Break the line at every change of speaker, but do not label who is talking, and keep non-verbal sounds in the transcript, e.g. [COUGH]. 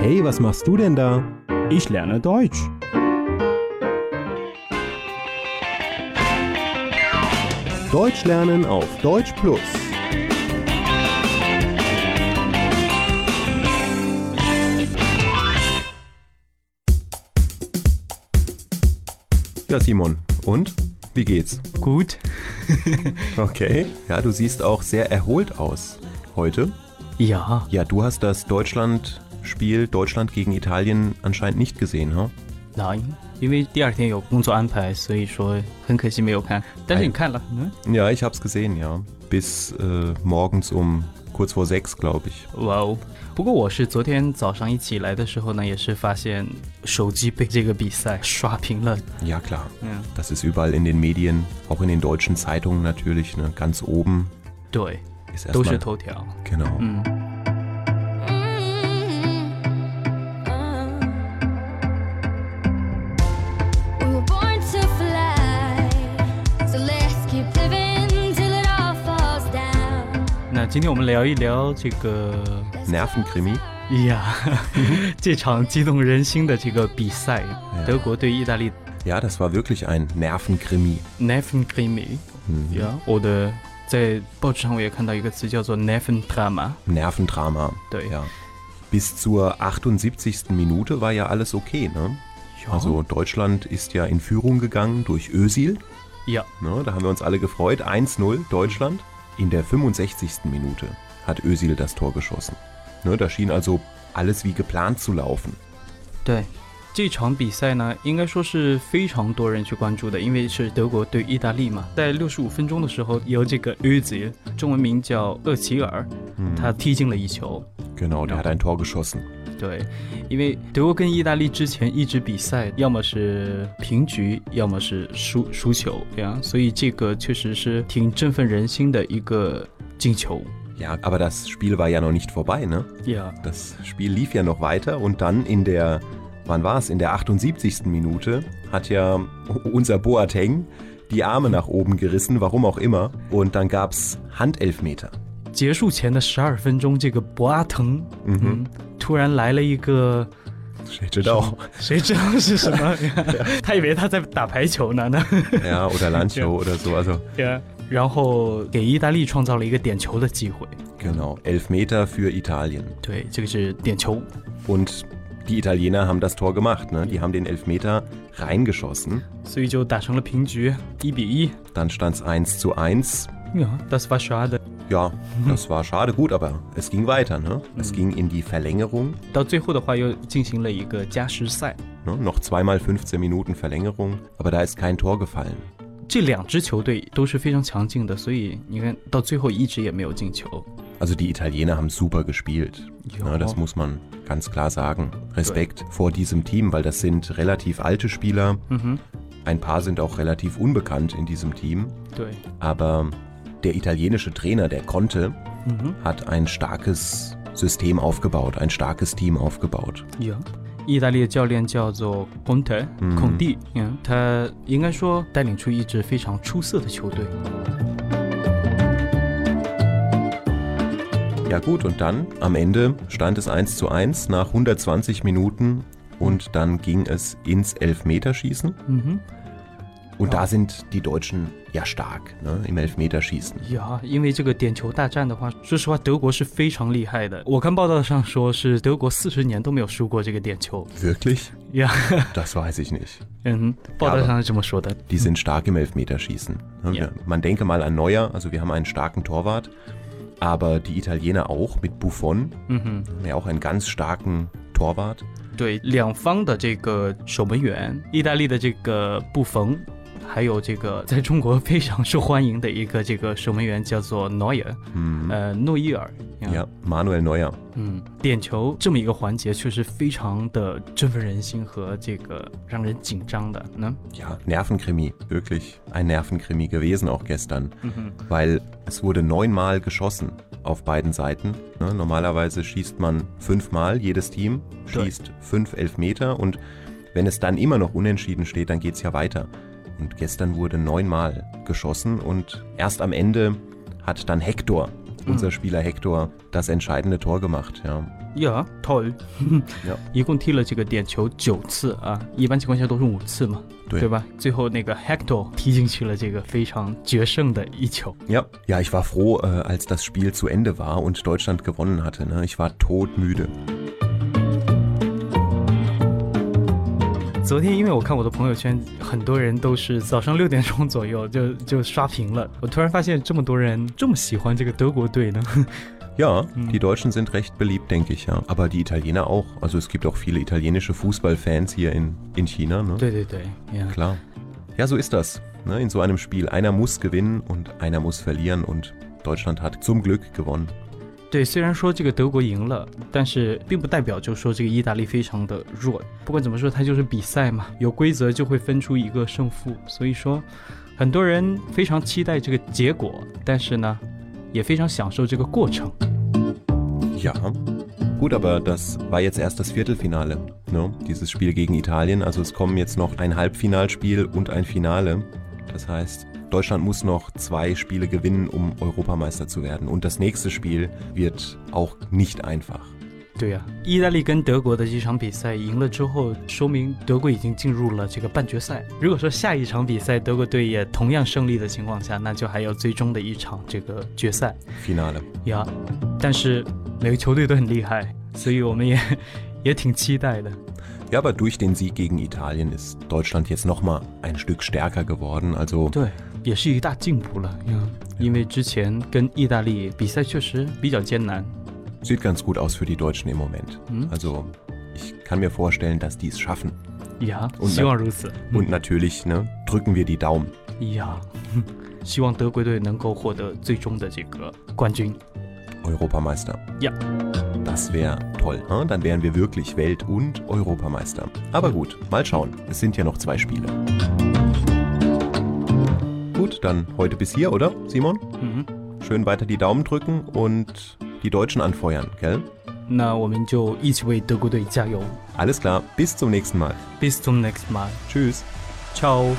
Hey, was machst du denn da?
Ich lerne Deutsch.
Deutsch lernen auf Deutsch Plus. Ja, Simon. Und? Wie geht's?
Gut.
Okay. Ja, du siehst auch sehr erholt aus heute.
Ja.
Ja, du hast das Deutschland-Spiel Deutschland gegen Italien anscheinend nicht gesehen, ha?
Nein,因为第二天有工作安排，所以说很可惜没有看。但是
哎
你看了，嗯，
Ja, ich hab's gesehen, ja. Bis äh, morgens um kurz vor sechs, glaube ich.
哇哦！不过我是昨天早上一起来的时候呢，也是发现手机被这个比赛刷屏了。
Ja, klar.
Ja.
Das ist überall in den Medien, auch in den deutschen Zeitungen natürlich. Ne? Ganz oben
对，
ist
都是
erstmal.
头条。
Genau.
嗯，
Mm-hmm. We were born to fly, so let's keep living till it all falls down.
那今天我们聊一聊这个
Nervenkrimi.
呀，这场激动人心的这个比赛，德国对意大利
Ja, das war wirklich ein Nervenkrimi.
n e f e n k r i m i 呀，我的在报纸上我也看到一个词叫做 n e f e n drama。
Nervendrama.
Ja.
Ja. Bis zur 78. Minute war ja alles okay. Ne? Also Deutschland ist ja in Führung gegangen durch Özil.
呀，
Ne? Da haben wir uns alle gefreut. 1-0 Deutschland. In der 65. Minute hat Özil das Tor geschossen. Ne? Da schien also alles wie geplant zu laufen.
对，这场比赛呢，应该说是非常多人去关注的，因为是德国对意大利嘛。在六十五分钟的时候，由这个 ö z 中文名叫厄齐尔，他踢进了一球。
Genau, der
Ja.
hat ein Tor geschossen.
对，因为德国跟意大利之前一直比赛，要么是平局，要么是输输球，对啊，所以这个确实是挺振奋人心的一个进球。
Ja, aber das Spiel war ja noch nicht vorbei, ne?
Yeah.
Das Spiel lief ja noch weiter und dann in der, wann war es? In der 78. Minute hat ja [LAUGHS] unser Boateng die Arme nach oben gerissen, warum auch immer. Und dann gab's Handelfmeter.
结束前的十二分钟，这个博阿滕，嗯，突然来了一个
Steht auch.
谁知道是什 [LAUGHS] 么？他以为他在打排球呢。 [LAUGHS] 那
[LAUGHS] Ja, oder Lancho oder so. Also
啊然后给意大利创造了一个点球的机会。
genau, Elfmeter für Italien.
对，这个是点球。
Und die Italiener haben das Tor gemacht, ne? Die haben den Elfmeter reingeschossen.
所以就打成了平局，一比一。
Dann stand's 1 zu 1.
呀，Das war schade。
Ja, das war schade, gut, aber es ging weiter, ne? Es ging in die Verlängerung.
到最后的话，又进行了一个加时赛。
Ne? Noch zweimal 15 Minuten Verlängerung, aber da ist kein Tor gefallen.
这两支球队都是非常强劲的，所以你看到最后一直也没有进球。
Also die Italiener haben super gespielt.
Ja.
Ne? Das muss man ganz klar sagen. Respekt vor diesem Team, weil das sind relativ alte Spieler.
嗯
Ein paar sind auch relativ unbekannt in diesem Team.
对，
Aber der italienische Trainer, der Conte,
嗯
hat ein starkes System aufgebaut, ein starkes Team aufgebaut.
有。意大利的教练叫做孔特，孔蒂，嗯，他应该说带领出一支非常出色的球队。
Ja gut, und dann am Ende stand es 1 zu 1 nach 120 Minuten und dann ging es ins Elfmeterschießen. Und da sind die Deutschen ja stark ne, im Elfmeterschießen.
呀，因为这个点球大战的话，说实话，德国是非常厉害的。我看报道上说是德国四十年都没有输过这个点球。
Wirklich?
呀， [LAUGHS]
Das weiß ich nicht.
嗯，报道上是这么说的。
Die sind stark im Elfmeterschießen. Ne,
Ja.
wir- Man denke mal an Neuer, also wir haben einen starken Torwart, aber die Italiener auch mit Buffon,
嗯哼，
haben ja auch einen ganz starken Torwart.
对，两方的这个守门员，意大利的这个布冯，还有这个在中国非常受欢迎的一个这个守门员叫做诺耶，呃，诺伊尔。呀
Ja, Manuel Neuer.
嗯，点球这么一个环节确实非常的振奋人心和这个让人紧张的。嗯那、
Ja, Nervenkrimi, wirklich ein Nervenkrimi gewesen auch gestern, weil es wurde neunmal geschossen auf beiden Seiten. Ne, normalerweise schießt man fünfmal, jedes Team schießt fünf Elfmeter und wenn es dann immer noch unentschieden steht, dann geht es ja weiter. Und gestern wurde neunmal geschossen und erst am Ende hat dann Hector unser Spieler Hector das entscheidende Tor gemacht. Ja.
Ja, toll。
Ja
[LAUGHS] 一共踢了这个点球九次啊，一般情况下都是五次嘛，
对
吧？最后那个 Hector 踢进去了这个非常决胜的一球。
Ja, ja, ich war froh, äh, als das Spiel zu Ende war und Deutschland gewonnen hatte. Ne? Ich war todmüde.
昨天因为我看我的朋友圈，很多人都是早上六点钟左右 [LAUGHS] 就就刷屏了。我突然发现这么多人这么喜欢这个德国队呢。 [LAUGHS]
Ja, die Deutschen sind recht beliebt, denke ich, ja. Aber die Italiener auch. Also es gibt auch viele italienische Fußballfans hier in, in China, ne?
对对对，呀、
Klar. Ja, so ist das. Ne? In so einem Spiel. Einer muss gewinnen und einer muss verlieren und Deutschland hat zum Glück gewonnen.
对，虽然说这个德国赢了，但是并不代表就说这个意大利非常的弱。不管怎么说，它就是比赛嘛，有规则就会分出一个胜负。所以说，很多人非常期待这个结果，但是呢，也非常享受这个过程。
Ja. Gut, aber das war jetzt erst das Viertelfinale, ne? dieses Spiel gegen Italien. Also es kommen jetzt noch ein Halbfinalspiel und ein Finale. Das heißt, Deutschland muss noch zwei Spiele gewinnen, um Europameister zu werden. Und das nächste Spiel wird auch nicht einfach.
对呀、意大利跟德国的这场比赛赢了之后，说明德国已经进入了这个半决赛。如果说下一场比赛德国队也同样胜利的情况下，那就还有最终的一场这个决赛。
Finale.
呀，但是每个球队都很厉害，所以我们也也挺期待的。
Ja, aber durch den Sieg gegen Italien ist Deutschland jetzt nochmal ein Stück stärker geworden. Also
对，也是一大进步了呀。因为之前跟意大利比赛确实比较艰难，
sieht ganz gut aus für die Deutschen im Moment. Also ich kann mir vorstellen, dass die es schaffen.
呀，
Und
希望如此嗯
Und natürlich ne, drücken wir die Daumen.
呀。 [LAUGHS] 希望德国队能够获得最终的这个冠军
Europameister.
Ja.
Das wäre toll. Hm? Dann wären wir wirklich Welt- und Europameister. Aber gut, mal schauen. Es sind ja noch zwei Spiele. Gut, dann heute bis hier, oder, Simon?
Mhm.
Schön weiter die Daumen drücken und die Deutschen anfeuern, gell?
那我们就一起为德国队加油。
Alles klar, bis zum nächsten Mal.
Bis zum nächsten Mal.
Tschüss.
Ciao.